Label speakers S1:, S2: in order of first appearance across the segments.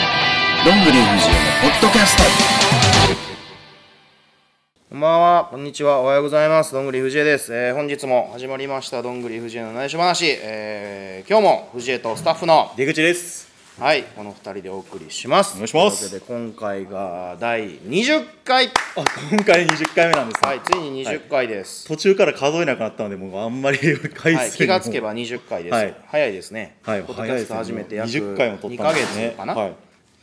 S1: どんぐり藤枝のポッドキャスト
S2: こんばんは、こんにちは、おはようございます。どんぐり藤江です。えー本日も始まりました、どんぐり藤江の内緒話。えー今日も藤江とスタッフの、
S3: 出口です
S2: はい、この二人でお送りします。お
S3: 願いします
S2: ということで、今回が第20回。
S3: あ今回20回目なんですね、
S2: はい、ついに20回です。
S3: 途中から数えなくなったのでもうあんまり回数にも、
S2: はい、気がつけば20回です。
S3: はい
S2: 早いですね。
S3: はい
S2: ポッドキャスト始めて約
S3: 20回も撮っ
S2: 2
S3: た
S2: ヶ
S3: んですね
S2: 月かな。
S3: はい、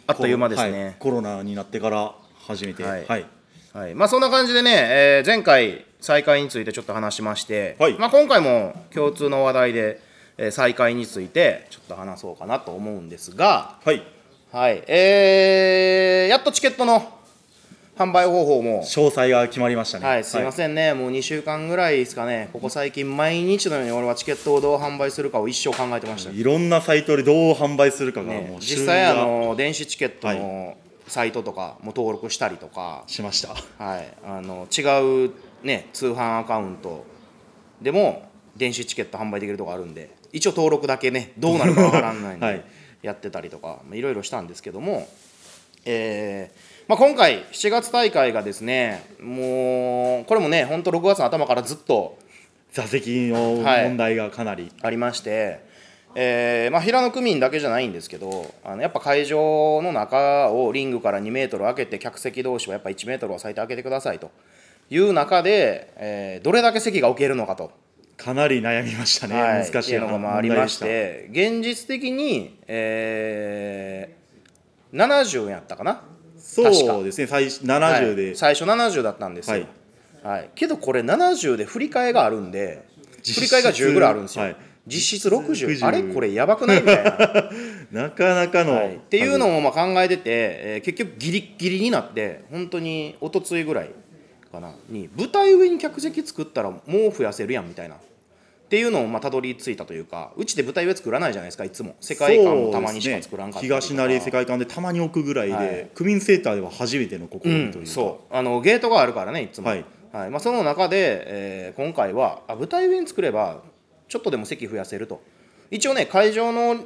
S2: あっという間です
S3: は
S2: ね。
S3: コロナになってから初めて
S2: は
S3: はいい、はい
S2: はい、まあそんな感じでね、えー前回再開についてちょっと話しまして、
S3: はい
S2: まあ今回も共通の話題で、えー再開についてちょっと話そうかなと思うんですが、はい、えーやっとチケットの販売方法も、
S3: 詳細が決まりましたね
S2: はい、すいませんね、もう2週間ぐらいですかね、ここ最近毎日のように俺はチケットをどう販売するかを一生考えてました
S3: は。い、いろんなサイトでどう販売するかが
S2: ね
S3: もう
S2: 実際あ
S3: が
S2: の電子チケットのサイトとかも登録したりとか、
S3: しました
S2: はい、あの違う、ね、通販アカウントでも電子チケット販売できるとこあるんで一応登録だけねどうなるかわからないん
S3: は
S2: で
S3: い
S2: やってたりとかまあいろいろしたんですけども、えーまあ、今回7月大会がですねもうこれもね本当6月の頭からずっと
S3: 座席の
S2: はい
S3: 問題がかなり、
S2: ありまして、えーまあ、平野区民だけじゃないんですけどあのやっぱ会場の中をリングから2メートル開けて客席同士はやっぱ1メートルは最低開けてくださいという中で、えーどれだけ席が置けるのかと。
S3: かなり悩みましたね、
S2: は
S3: 難
S2: っ
S3: してい
S2: いうのがまああり
S3: 問題
S2: ま
S3: で
S2: したて現実的に、えー、70やったかな
S3: そうですね最70で、
S2: はい最初70だったんですよ、はいけどこれ70で振り替えがあるんで振
S3: 実
S2: り
S3: 質
S2: 替えが10ぐらいあるんですよ、
S3: はい
S2: 実質60
S3: 60
S2: あれこれやばくないみたいな、
S3: なかなかの、
S2: はいっていうのもまあ考えてて、えー結局ギリギリになって本当に一昨日ぐらいかなに舞台上に客席作ったらもう増やせるやんみたいなっていうのをまあたどり着いたというかうちで舞台上作らないじゃないですかいつも世界観もたまにしか作らんかったりとか
S3: そうですね、東成世界観でたまに置くぐらいで、
S2: はい
S3: 区民セーターでは初めての試みというか、
S2: うん、そうあのゲートがあるからねいつも、は
S3: はいい
S2: まあ、その中で、えー今回はあ舞台上に作ればちょっとでも席増やせると一応ね会場の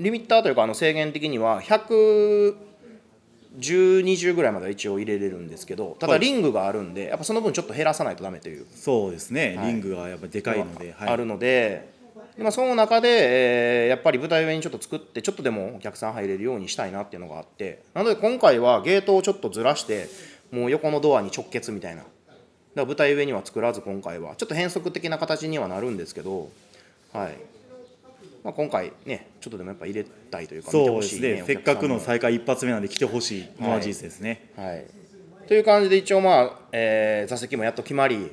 S2: リミッターというかあの制限的には11020ぐらいまでは一応入れれるんですけどただ
S3: はい
S2: リングがあるんでやっぱその分ちょっと減らさないとダメという
S3: そうですね、
S2: はい
S3: リングがやっぱでかいので、はい
S2: あるので、でまあ、その中で、えーやっぱり舞台上にちょっと作ってちょっとでもお客さん入れるようにしたいなっていうのがあってなので今回はゲートをちょっとずらしてもう横のドアに直結みたいなだから舞台上には作らず今回はちょっと変則的な形にはなるんですけど、はいまあ、今回ねちょっとでもやっぱ入れたいというか見て
S3: そう
S2: ほ
S3: で
S2: しい
S3: すね
S2: ねお
S3: せっ
S2: 客さ
S3: か
S2: んも
S3: くの再開一発目なんで来てほしいのは事実ですね、
S2: はい、という感じで一応、まあえー座席もやっと決まり、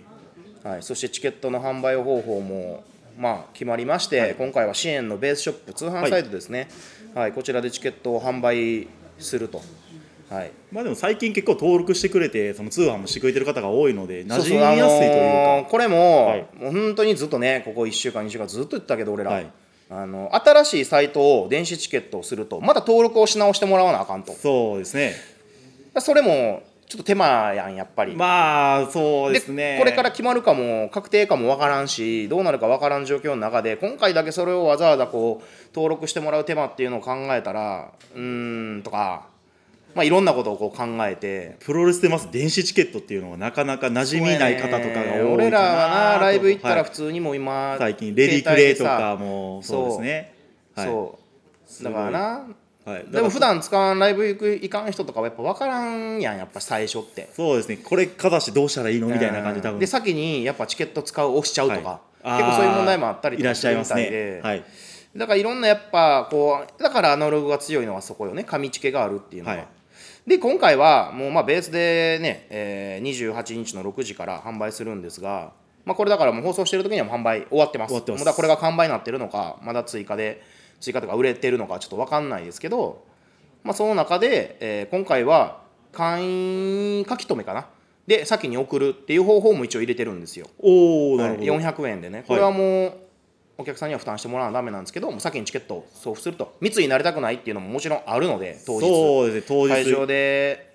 S2: はい、そしてチケットの販売方法も、まあ、決まりまして、今回は支援のベースショップ通販サイトですね、はいこちらでチケットを販売すると。はい、
S3: まあでも最近結構登録してくれてその通販もしてくれてる方が多いので馴
S2: そう
S3: 染
S2: そう
S3: みやすいという
S2: あのー
S3: か
S2: これも,、
S3: はい
S2: もう本当にずっとねここ1週間2週間ずっと言ってたけど俺ら、
S3: はい
S2: あの新しいサイトを電子チケットをするとまた登録をし直してもらわなあかんと
S3: そうですね
S2: それもちょっと手間やんやっぱり
S3: まあそう
S2: で
S3: ですね
S2: これから決まるかも確定かもわからんしどうなるかわからん状況の中で今回だけそれをわざわざこう登録してもらう手間っていうのを考えたらうーんとか、まあ、いろんなことをこう考えて。
S3: プロレスでます電子チケットっていうのはなかなか馴染みない方とかが多いかな
S2: ね
S3: と
S2: 俺らはなライブ行った
S3: は
S2: ら
S3: い
S2: 普通にもう今、
S3: 最近レディクレイとか
S2: 携
S3: もそうですね
S2: 帯でさ、そうだからな
S3: はい、はい、
S2: でも普段使わんライブ行く行かん人とかはやっぱ分からんやんやっぱ最初って
S3: そうですねこれかざしてどうしたらいいのみたいな感じ多分
S2: で先にやっぱチケット使う押しちゃうとか、
S3: はい
S2: 結構そういう
S3: あー
S2: 問題もあったりと
S3: い
S2: から
S3: っしゃいます
S2: みたいで
S3: ねはい
S2: だからいろんなやっぱこうだからアナログが強いのはそこよね紙チケがあるっていうのは、
S3: はい
S2: で今回はもうまあベースでね、えー28日の6時から販売するんですが、まあ、これだからもう放送してる時にはもう販売終わってます
S3: 終わってます
S2: もうだからこれが完売になってるのかまだ追加で追加とか売れてるのかちょっと分かんないですけど、まあ、その中で、えー今回は会員書き留めかなで先に送るっていう方法も一応入れてるんですよ
S3: おおな
S2: は
S3: る
S2: い、
S3: ほど、
S2: 400円でねこれはもうお客さんには負担してもらわなダメなんですけどもう先にチケットを送付すると密になりたくないっていうのももちろんあるので当日
S3: そうですね当日
S2: 会場で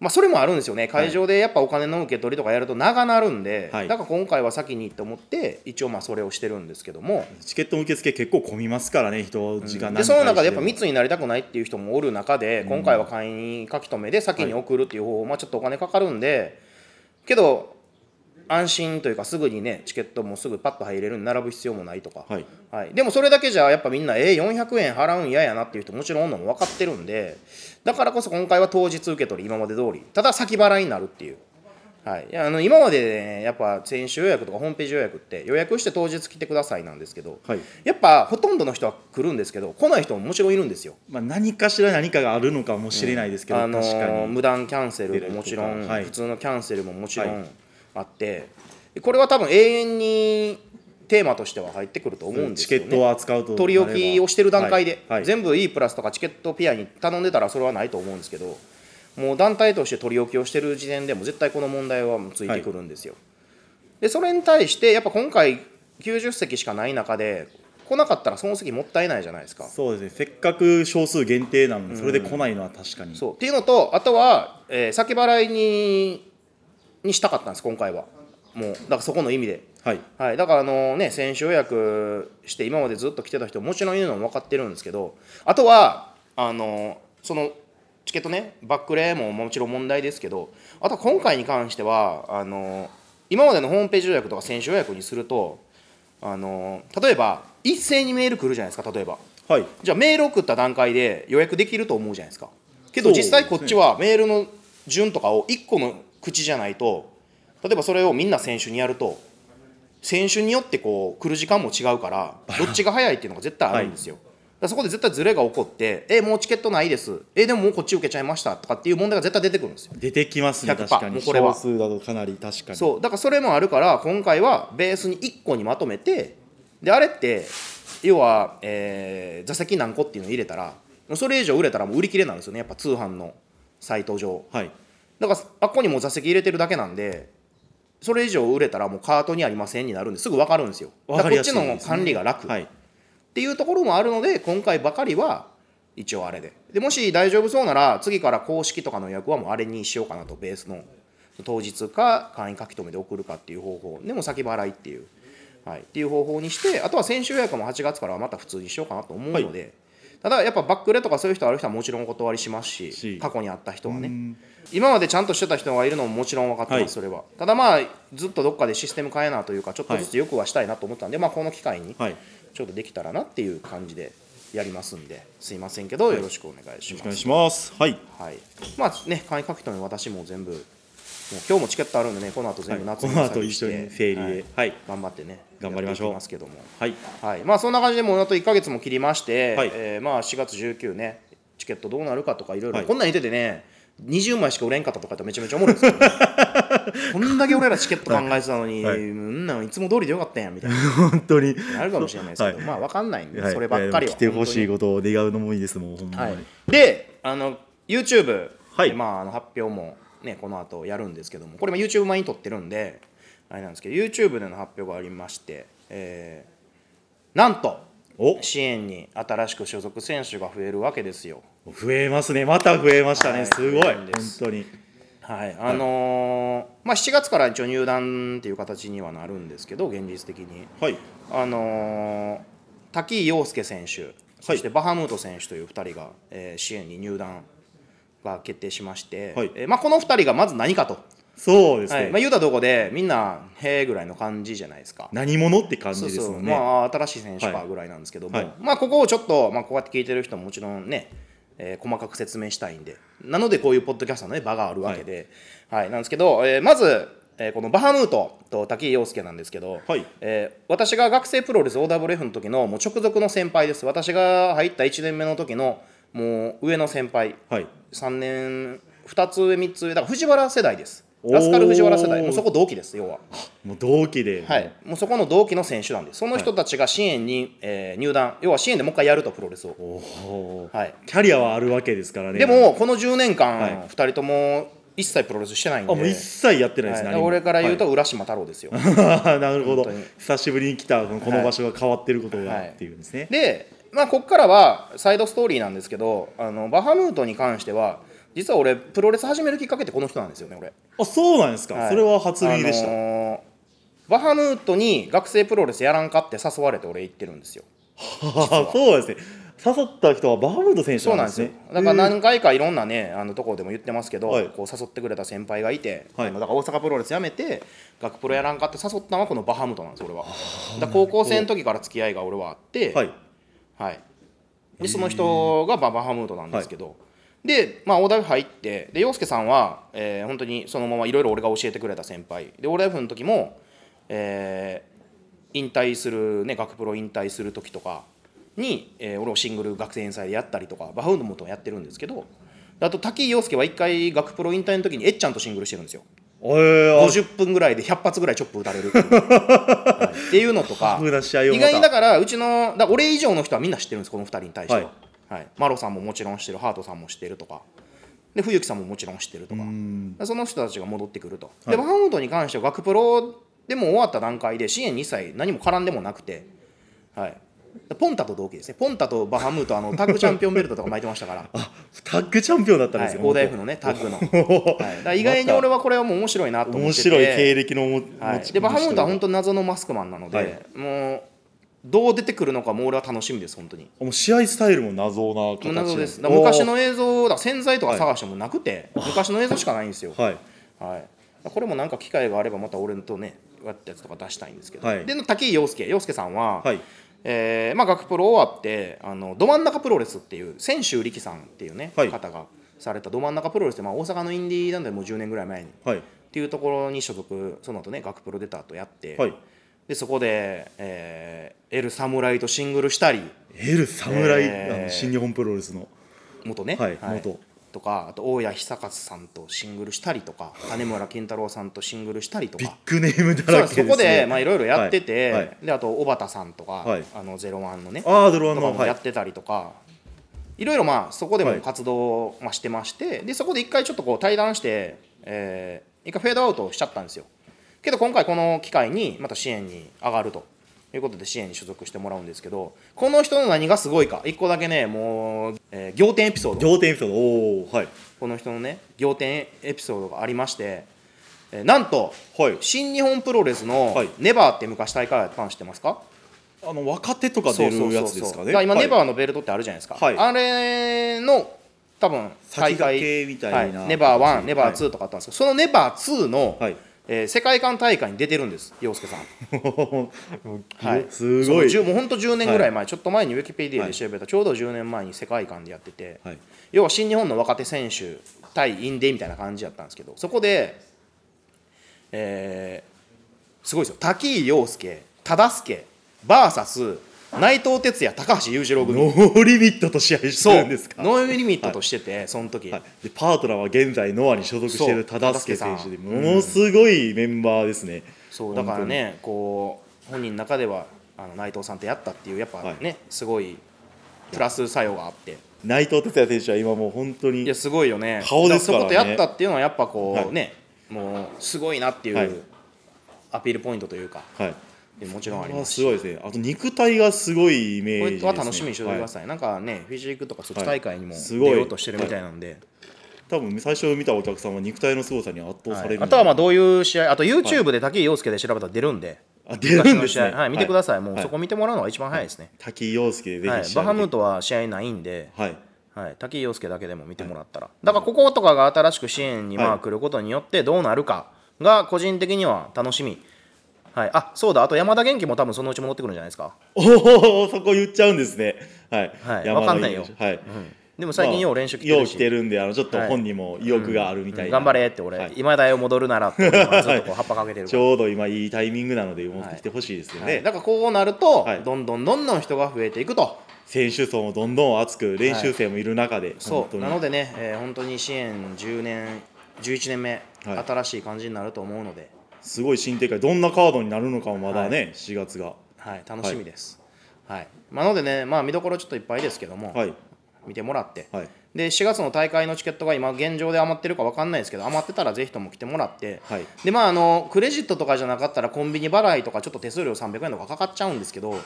S2: まあ、それもあるんですよね会場でやっぱお金の受け取りとかやると長なるんで、
S3: はい
S2: だから今回は先にと思って一応まあそれをしてるんですけども、
S3: チケットの受付結構混みますからね人時間
S2: で
S3: 何
S2: そ
S3: 回
S2: の中でやっ
S3: して
S2: ぱ
S3: も
S2: 密になりたくないっていう人もおる中で、今回は会員書き留めで先に送るっていう方法、まあ、ちょっとお金かかるんでけど安心というかすぐにねチケットもすぐパッと入れるに並ぶ必要もないとか、
S3: はい
S2: はい、でもそれだけじゃやっぱみんなえー400円払うん嫌やなっていう人もちろんおんのも分かってるんでだからこそ今回は当日受け取り今まで通りただ先払いになるっていう。はい、いやあの今まで、ね、やっぱ選手予約とかホームページ予約って予約して当日来てくださいなんですけど、
S3: はい
S2: やっぱほとんどの人は来るんですけど来ない人ももちろんいるんですよ。
S3: まあ、何かしら何かがあるのかもしれないですけど、
S2: あの
S3: 確か
S2: ー
S3: に
S2: 無断キャンセルももちろん、
S3: はい
S2: 普通のキャンセルももちろ
S3: は
S2: んあって、これは多分永遠にテーマとしては入ってくると思うんです
S3: チ
S2: よ、
S3: ケ
S2: ね、
S3: ットを扱うとなれば
S2: 取り置きをしてる段階で、
S3: はいはい
S2: 全部 E プラスとかチケットピアに頼んでたらそれはないと思うんですけどもう団体として取り置きをしてる時点でも絶対この問題はもうついてくるんですよ、でそれに対してやっぱ今回90席しかない中で来なかったらその席もったいないじゃないですか
S3: そうですねせっかく少数限定なのにそれで来ないのは確かに、
S2: そうっていうのとあとは、えー先払いににしたかったんです今回はもうだからそこの意味で
S3: はい
S2: はい、だからあの、ね、選手予約して今までずっと来てた人ももちろんいるのも分かってるんですけどあとはあのそのチケットねバックレーももちろん問題ですけどあとは今回に関してはあの今までのホームページ予約とか選手予約にするとあの例えば一斉にメール来るじゃないですか例えば
S3: はい
S2: じゃあメール送った段階で予約できると思うじゃないですかけ
S3: そ
S2: ど
S3: うです
S2: 実
S3: ね
S2: 際こっちはメールの順とかを1個の口じゃないと例えばそれをみんな選手にやると選手によってこう来る時間も違うからどっちが早いっていうのが絶対あるんですよ、だからそこで絶対ズレが起こってえもうチケットないですえでももうこっち受けちゃいましたとかっていう問題が絶対出てくるんですよ
S3: 出てきますね
S2: 100%
S3: 確か
S2: も
S3: に
S2: うこれは
S3: 少数だとかなり確かに
S2: そうだからそれもあるから今回はベースに1個にまとめてであれって要は、えー座席何個っていうの入れたらそれ以上売れたらもう売り切れなんですよねやっぱ通販のサイト上
S3: はい
S2: だからあっこにもう座席入れてるだけなんでそれ以上売れたらもうカートにありませんになるんですぐ分かるんですよだ
S3: わ
S2: か
S3: からり
S2: こっ
S3: やす
S2: ち
S3: い
S2: の管理が楽、
S3: はい
S2: っていうところもあるので今回ばかりは一応あれででもし大丈夫そうなら次から公式とかの予約はもうあれにしようかなとベースの当日か会員書き留めで送るかっていう方法でも先払いっていう、はい、っていう方法にしてあとは先週予約も8月からはまた普通にしようかなと思うので、ただやっぱバックレとかそういう人ある人はもちろんお断りしますし
S3: し
S2: 過去にあった人はね今までちゃんとしてた人がいるのももちろん分かってます、
S3: はい
S2: それはただまあずっとどっかでシステム変えなというかちょっとずつよくはしたいなと思ったんで、まあこの機会に
S3: はい
S2: ちょっとできたらなっていう感じでやりますんですいませんけどよろしくお願いし
S3: お
S2: ます。
S3: 願いしますはい
S2: はい、まあね会員書き留め私も全部もう今日もチケットあるんでねこの後全部
S3: はい
S2: 夏
S3: こ
S2: に
S3: の後一緒に整理
S2: は
S3: で
S2: い
S3: はい
S2: 頑張ってね
S3: 頑張りましょう
S2: やっていきますけども
S3: はい
S2: はいまあそんな感じでもうあと1か月も切りまして、
S3: はい
S2: えーまあ4月19ねチケットどうなるかとかいろいろ
S3: はい
S2: こんなん言っててね20枚しか売れんかったとかってめちゃめちゃおもろいで すよ、ね、こんだけ俺らチケット考えてたのに、
S3: はい
S2: うんなんいつも通りでよかったんやみたいな
S3: 本当に
S2: あるかもしれないですけど、
S3: はい
S2: まあ分かんないんで、
S3: はい
S2: そればっかりは。
S3: 来てほしいことを願うのもいいですもうほん
S2: 本当
S3: ま
S2: に
S3: に、
S2: はい、で、あの YouTube、
S3: はい
S2: でまあ、あの発表も、ね、この後やるんですけども、これ、まあ YouTube 前に撮ってるんで、あれなんですけど、YouTube での発表がありまして、えーなんと、
S3: お
S2: 支援に新しく所属選手が増えるわけですよ。
S3: 増えますねまた増えましたね、
S2: はい
S3: すごい
S2: 増え
S3: 本
S2: るんです
S3: 当に
S2: はいあのーまあ、7月から一応入団っていう形にはなるんですけど、現実的に。
S3: はい
S2: あのー滝井陽介選手、そしてバハムート選手という2人が、えー支援に入団が決定しまして、
S3: はい
S2: えーまあ、この2人がまず何かと、
S3: そうですね、
S2: はいまあ、言うたとこでみんな「へえ」ぐらいの感じじゃないですか。
S3: 何者って感じ
S2: そう
S3: です
S2: そ
S3: も
S2: う、
S3: んね
S2: まあ、新しい選手か
S3: はい
S2: ぐらいなんですけども、
S3: はい
S2: まあ、ここをちょっと、まあ、こうやって聞いてる人ももちろんね、えー細かく説明したいんで、なのでこういうポッドキャストの、ね、場があるわけで、はいなんですけど、えーまず、えーこのバハムートと滝井陽介なんですけど、
S3: はい
S2: えー私が学生プロレス OWF の時のもう直属の先輩です、私が入った1年目の時のもう上の先輩、
S3: はい
S2: 3年、2つ上、3つ上、だから藤原世代です、
S3: おー
S2: ラスカル藤原世代、もうそこ同期です、要は。
S3: もう同期で、
S2: はい、もうそこの同期の選手なんで、その人たちが支援に、えー入団、要は支援でもう一回やると、プロレスを。
S3: おおー、
S2: はい、
S3: キャリアはあるわけですからね
S2: でも、この10年
S3: はい
S2: 間、二人とも一切プロレスしてないん
S3: あ
S2: で、
S3: もう一切やってないで
S2: は
S3: す
S2: いだ
S3: ね、何
S2: から
S3: も
S2: 俺から言うと、浦島太郎ですよ。
S3: はい なるほ
S2: 本
S3: ど
S2: 当に
S3: 久しぶりに来たこのこの場所が変わってること
S2: は
S3: が
S2: い
S3: っていうんですね、
S2: で、まあ、ここからはサイドストーリーなんですけど、あのバハムートに関しては、実は俺プロレス始めるきっかけってこの人なんですよね俺
S3: あそうなんですか、
S2: はい
S3: それは初耳でした、
S2: あのーバハムートに学生プロレスやらんかって誘われて俺行ってるんですよ
S3: あそうなんですね誘った人はバームード選手
S2: そう
S3: な
S2: なんん
S3: で
S2: ですすよ
S3: ね
S2: だから
S3: へー
S2: 何回かいろんなねあのところでも言ってますけど、
S3: はい
S2: こう誘ってくれた先輩がいて、
S3: はい
S2: あのだから大阪プロレスやめて学プロやらんかって誘ったのはこのバハムートなんです俺はだから高校生の時から付き合いが俺はあって、
S3: はい
S2: はい、でその人がババハムートなんですけど、で、まあ、大台入ってで洋介さんは、えー本当にそのままいろいろ俺が教えてくれた先輩で大台の時も、えー引退するね学プロ引退する時とかに、えー俺をシングル学生演祭でやったりとかバハムートもやってるんですけどあと滝陽介は一回学プロ引退の時にえっちゃんとシングルしてるんですよ
S3: えー、あ
S2: 50分ぐらいで100発ぐらいチョップ打たれ るっていう,はい、っていうのとか
S3: タフな試合をまた
S2: 意外にだからうちのだ俺以上の人はみんな知ってるんですこの2人に対しては、
S3: は
S2: はいマロさんももちろん知ってるハートさんも知ってるとかで冬木さんももちろん知ってるとかその人たちが戻ってくると、でバハムートに関しては学プロでも終わった段階で支援2歳何も絡んでもなくて、はい、ポンタと同期ですねポンタとバハムートあのタッグチャンピオンベルトとか巻いてました から
S3: タッグチャンピオンだったん
S2: は
S3: で
S2: い
S3: すよ、
S2: 大台風のねタッグの、はい、
S3: 本当
S2: だから意外に俺はこれはもう面白いなと思ってて
S3: 面白い経歴のおも
S2: は
S3: 持
S2: い、
S3: ち
S2: でバハムートは
S3: 主
S2: 本
S3: と
S2: 当
S3: いうか
S2: 謎のマスクマンなので、
S3: はい
S2: もうどう出てくるのかもう俺は楽しみです本当に
S3: もう試合スタイルも謎な形
S2: もう謎ですだ
S3: お
S2: から
S3: ー
S2: 昔の映像だ洗剤とか探してもなくて、昔の映像しかないんですよ、
S3: はい
S2: はい、これもなんか機会があればまた俺とねやったやつとか出したいんですけど、
S3: はい
S2: で滝井陽介陽介さんは、
S3: はい
S2: えーまあ、学プロ終わってあのど真ん中プロレスっていう千秋力さんっていうね、
S3: はい
S2: 方がされたど真ん中プロレスって、まあ、大阪のインディーなんでもう10年ぐらい前に
S3: はい
S2: っていうところに所属その後ね学プロ出た後やって、
S3: はい
S2: でそこで、えー、エル侍とシングルしたり
S3: エル侍、
S2: えー
S3: あの新日本プロレスの
S2: 元ね、
S3: はい元
S2: とかあと大谷久勝さんとシングルしたりとか金村健太郎さんとシングルしたりと
S3: ビッ
S2: か。
S3: グネームだ
S2: そうなん
S3: らけで
S2: ですす
S3: ね
S2: そこでまあいろいろやってて、
S3: はいはい
S2: であと小畑さんとか、
S3: はい
S2: あのゼロワンのね
S3: ああドロワン
S2: とか
S3: の
S2: も
S3: はい
S2: やってたりとか、い、ろいろまあそこで
S3: は
S2: も
S3: い
S2: 活動をまあしてまして、でそこで一回ちょっとこう対談して、えー一回フェードアウトしちゃったんですよけど今回この機会にまた支援に上がるということで支援に所属してもらうんですけどこの人の何がすごいか一個だけねもう、えー仰天エピソード
S3: 仰天エピソードおおはい
S2: この人のね仰天エピソードがありまして、えーなんと
S3: はい
S2: 新日本プロレスの
S3: はい
S2: ネバーって昔大会やったん知ってますか、
S3: あの若手とか出るやつですか
S2: だ
S3: ね
S2: ら今、ネバ
S3: ー
S2: ーのベルトってあるじゃないですか、
S3: はい
S2: あれの多分大
S3: 先
S2: 会
S3: 駆けみたいな
S2: はネバー
S3: は
S2: 1
S3: い
S2: ネバー2とかあったんですけど、そのネバー2の、
S3: はい
S2: えー世界観大会に出てるんです洋介さん、はい、
S3: す
S2: そ
S3: ご
S2: の
S3: い
S2: じゅうもう本当10年ぐらい前、ちょっと前にウィキペディアで調べた、ちょうど10年前に世界観でやってて、
S3: はい
S2: 要は新日本の若手選手対インデみたいな感じだったんですけどそこで、えーすごいですよ滝井陽介忠介 VS 内藤哲也高橋裕次郎組
S3: ノーリミットと試合して
S2: そう
S3: るんですか
S2: ノーリミットとしてて、その時、
S3: はい、でパートナーは現在ノアに所属している
S2: そう
S3: 忠介
S2: 忠
S3: 選
S2: 介さ
S3: 手
S2: ん
S3: でものすごいメンバーですね、
S2: そうだからねこう本人の中ではあの内藤さんとやったっていうやっぱね、
S3: は
S2: すごいプラス作用があって
S3: 内藤哲也選手は今もう本当
S2: い
S3: に
S2: やすごいよね
S3: 顔ですからね
S2: だそことやったっていうのはやっぱこう、
S3: はい
S2: ねもうすごいなっていう、
S3: はい
S2: アピールポイントというか
S3: はい
S2: もちろんあり
S3: まあ
S2: ます
S3: す
S2: し
S3: ごいですねあと肉体がすごいイメ
S2: こ
S3: ー
S2: れ
S3: ジです、ね、
S2: は楽しみにしておいてくだ
S3: は
S2: さい、なんかねフィジークとかソチ大会にも
S3: はい
S2: 出
S3: すごい
S2: ようとしてるみたいなんで、
S3: い多分最初見たお客さんは肉体の凄さに圧倒される、
S2: あとはまあどういう試合あと YouTube で滝井陽介で調べたら出るんで、
S3: あ出るんです
S2: 昔
S3: ね
S2: の試合はい、見てください、
S3: はい
S2: もうそこ見てもらうのが一番早いですね、
S3: 滝井陽介ぜ
S2: はい
S3: ひ試合
S2: バハムート
S3: ト
S2: は試合ないんで、
S3: はい
S2: はい、滝井陽介だけでも見てもらったら、だからこことかが新しく支援に
S3: はい
S2: まあ来ることによってどうなるかが個人的には楽しみ、はい、あそうだあと山田元気も多分そのうち戻ってくるんじゃないですか、
S3: おおそこ言っちゃうんですねはい、
S2: はい
S3: 山田
S2: わかんないよ
S3: 選手はい、
S2: うんでも最近よう練習来て
S3: よ
S2: る
S3: う
S2: し、
S3: 来てるんであのちょっと
S2: はい
S3: 本人も意欲があるみたいな、
S2: 頑張れって俺、
S3: はい
S2: 今だよ戻るならって俺今ずっとこう葉っぱかけてる
S3: ち
S2: から、
S3: ょうど今いいタイミングなので持ってきてほしいですよね、
S2: はいだからこうなると、
S3: はい
S2: どんどんどんどん人が増えていくと
S3: 選手層もどんどん厚く練習生もいる中で、本
S2: そ
S3: 当
S2: う
S3: に
S2: なのでね、えー本当に支援10年11年目、
S3: はい
S2: 新しい感じになると思うので、
S3: すごい新展開どんなカードになるのかもまだね、4月が
S2: はい、楽しみです、はいまあなのでね、まあ、見どころちょっといっぱいですけども、
S3: はい
S2: 見てもらって、
S3: はい
S2: で4月の大会のチケットが今現状で余ってるか分かんないですけど余ってたらぜひとも来てもらって、
S3: はい
S2: でまああのクレジットとかじゃなかったらコンビニ払いとかちょっと手数料300円とかかかっちゃうんですけども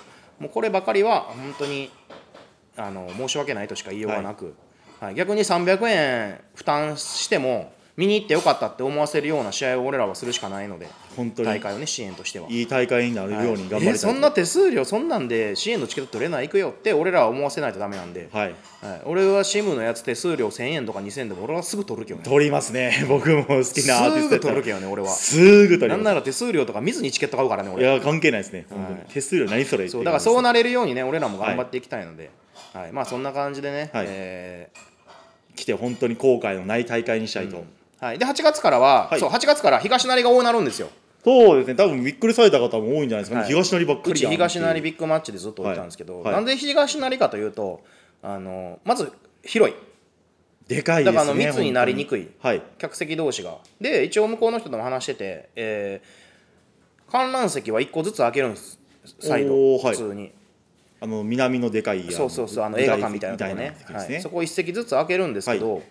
S2: うこればかりは本当にあの申し訳ないとしか言いようがなく、はい、逆に300円負担しても見に行ってよかったって思わせるような試合を俺らはするしかないので
S3: 本当
S2: 大
S3: に
S2: 会をね支援としてはい
S3: い大会になるように頑張りた
S2: え
S3: い、
S2: そんな手数料そんなんで支援のチケット取れない行くよって俺らは思わせないとダメなんで、
S3: はい
S2: はい、俺はシムのやつ手数料1000円とか2000円でも俺はすぐ取るけどね
S3: 取りますね 僕も好きなアーティスト
S2: すぐ取るけどね俺は
S3: すぐ取
S2: な
S3: り
S2: ん
S3: ま
S2: なら手数料とか見ずにチケット買うからね
S3: すい
S2: 俺
S3: や関係ないですね、本当に手数料何それ
S2: そうだからそう
S3: な
S2: なれるようにね俺らも頑張っていきたいので、はいまあそんな感じでね、
S3: はい
S2: えー
S3: 来て本当に後悔のない大会にしたいと、
S2: はい、で8月からは、
S3: はい
S2: そう8月から東成が多なるんですよ
S3: そうですね多分びっくりされた方も多いんじゃないですかね、
S2: はい
S3: 東成ばっか
S2: う
S3: り
S2: ち
S3: やん
S2: 東成ビッグマッチでずっと置いてたんですけど、
S3: はいはい
S2: なんで東成かというとあのまず広い
S3: でかいで
S2: だ
S3: す
S2: から
S3: ね
S2: あの密になりにくい
S3: 本当にはい
S2: 客席同士がで一応向こうの人とも話してて、えー観覧席は1個ずつ開けるんですサイド
S3: おーは
S2: 普
S3: い
S2: 通に
S3: あの南のでかいあの
S2: そうそうそうあの映画館みたいなとこ
S3: み
S2: ね
S3: たいな席
S2: は
S3: で
S2: い、
S3: す
S2: そこ1席ずつ開けるんですけど、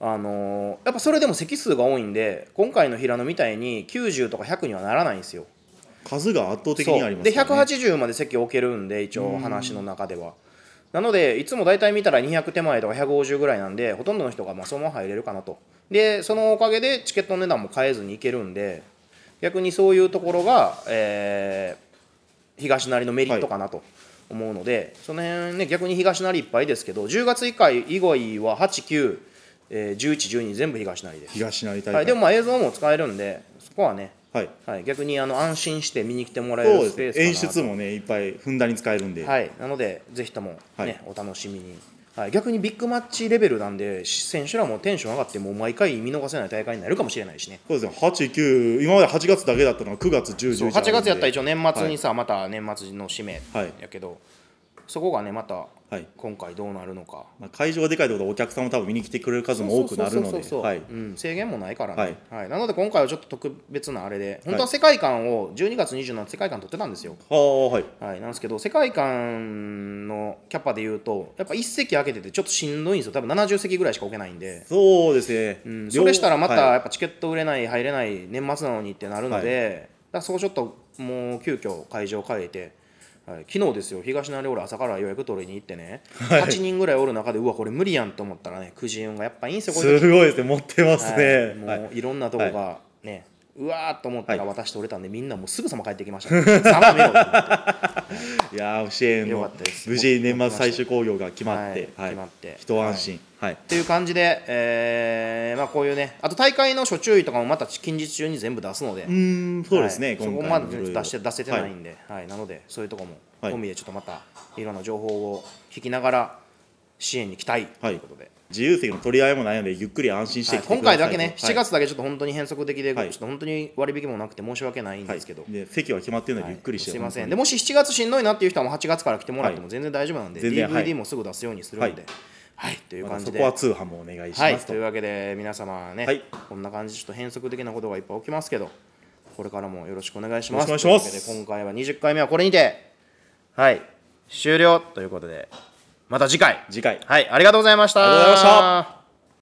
S2: あのーやっぱそれでも席数が多いんで今回の平野みたいに90とか100にはならないんですよ
S3: 数が圧倒的にあります
S2: そうで180まで席を置けるんで一応話の中ではなのでいつも大体見たら200手前とか150ぐらいなんでほとんどの人がまあそのまま入れるかなとでそのおかげでチケットの値段も変えずにいけるんで逆にそういうところが、えー東成のメリットかなと思うので、その辺ね逆に東成いっぱいですけど10月以外以外は89、えー、11、12全部東成です、
S3: 東成大会
S2: はい、でもまあ映像も使えるんでそこはね
S3: はい
S2: はい、逆にあの安心して見に来てもらえ
S3: そう
S2: る
S3: で
S2: スペース
S3: す
S2: かな
S3: ね演出もねいっぱいふんだんに使えるんで、
S2: はい、なのでぜひとも、ね
S3: はい
S2: お楽しみに、はい、逆にビッグマッチレベルなんでし選手らもテンション上がってもう毎回見逃せない大会になるかもしれないしね
S3: そうですね89今まで8月だけだったのが9月10
S2: そう
S3: 11
S2: 8月やったら
S3: 以
S2: 一
S3: 上
S2: 応年末にさ、また年末の締め
S3: はい
S2: やけど、そこがねまた
S3: はい
S2: 今回どうなるのか
S3: まあ、会場がでかいってことはお客さんも多分見に来てくれる数も多くなるの
S2: そ
S3: で
S2: うそうそうそう
S3: はい
S2: うん制限もないから
S3: は
S2: ね
S3: い、
S2: はいなので今回はちょっと特別なあれで本当は世界観を12月27日世界観撮ってたんですよ、
S3: はあはい
S2: はい、なんですけど世界観のキャパでいうとやっぱ1席空けててちょっとしんどいんですよ多分70席ぐらいしか置けないんで、
S3: そうですね、
S2: うんそれしたらまた
S3: は
S2: や
S3: い
S2: っぱチケット売れない入れない年末なのにってなるので、だからそこちょっともう急遽会場変えて、はい、昨日ですよ東成俺朝から予約取りに行ってね、8人ぐらいおる中でうわこれ無理やんと思ったらねくじ運がやっぱいいんですよこういう時
S3: すごいですね持ってます
S2: はい、
S3: ね、
S2: も
S3: はいう
S2: いろんなとこがね、うわーっと思ったら
S3: はい
S2: 私と折れたんで、みんなもうすぐさま帰ってきました、ね、 さらめろと思って
S3: い、やー支援
S2: よか
S3: の
S2: ったです
S3: 無事年末最終興行が決まって、
S2: はい
S3: はい
S2: 決まって
S3: 一安心はい、
S2: っていう感じで、えーまあ、こういうね、あと大会の諸注意とかもまた近日中に全部出すので、
S3: うーんそうですね、
S2: はいそ
S3: 今
S2: こ
S3: 回
S2: ま
S3: もい
S2: で
S3: ろいろ
S2: 出して出せてない
S3: はい
S2: んで、はいなので、そういうとこも
S3: はい
S2: 込みで、ちょっとまたいろんな情報を聞きながら、支援に期待と
S3: はい
S2: いうことで、
S3: 自由席の取り合いもないのでゆっくり安心して
S2: は
S3: 来
S2: い
S3: て
S2: 今
S3: くだ
S2: 回
S3: さいと
S2: だけね、7
S3: はい
S2: 月だけちょっと本当に変則的で、
S3: はい
S2: ちょっと本当に割引もなくて申し訳ないんですけど。
S3: はいで席は決まってるのでゆっくりして、
S2: すいませんで
S3: 本当に
S2: もし7月しんどいなっていう人はもう8月から来てもらっても全然大丈夫なんで、
S3: 全然はい
S2: DVD もすぐ出すようにするんで、はい、という
S3: ま
S2: 感
S3: あ
S2: じ
S3: そ
S2: で、
S3: こは通販もお願いし
S2: はい、
S3: ますと、
S2: というわけで皆様ね、
S3: はい
S2: こんな感じちょっと変則的なことがいっぱい起きますけどこれからもよろしくお願いします
S3: よろしくお願いします
S2: というわけで今回は20回目はこれにてはい終了ということでまた次回
S3: 次回
S2: はいありがとうございました
S3: ありがとうございました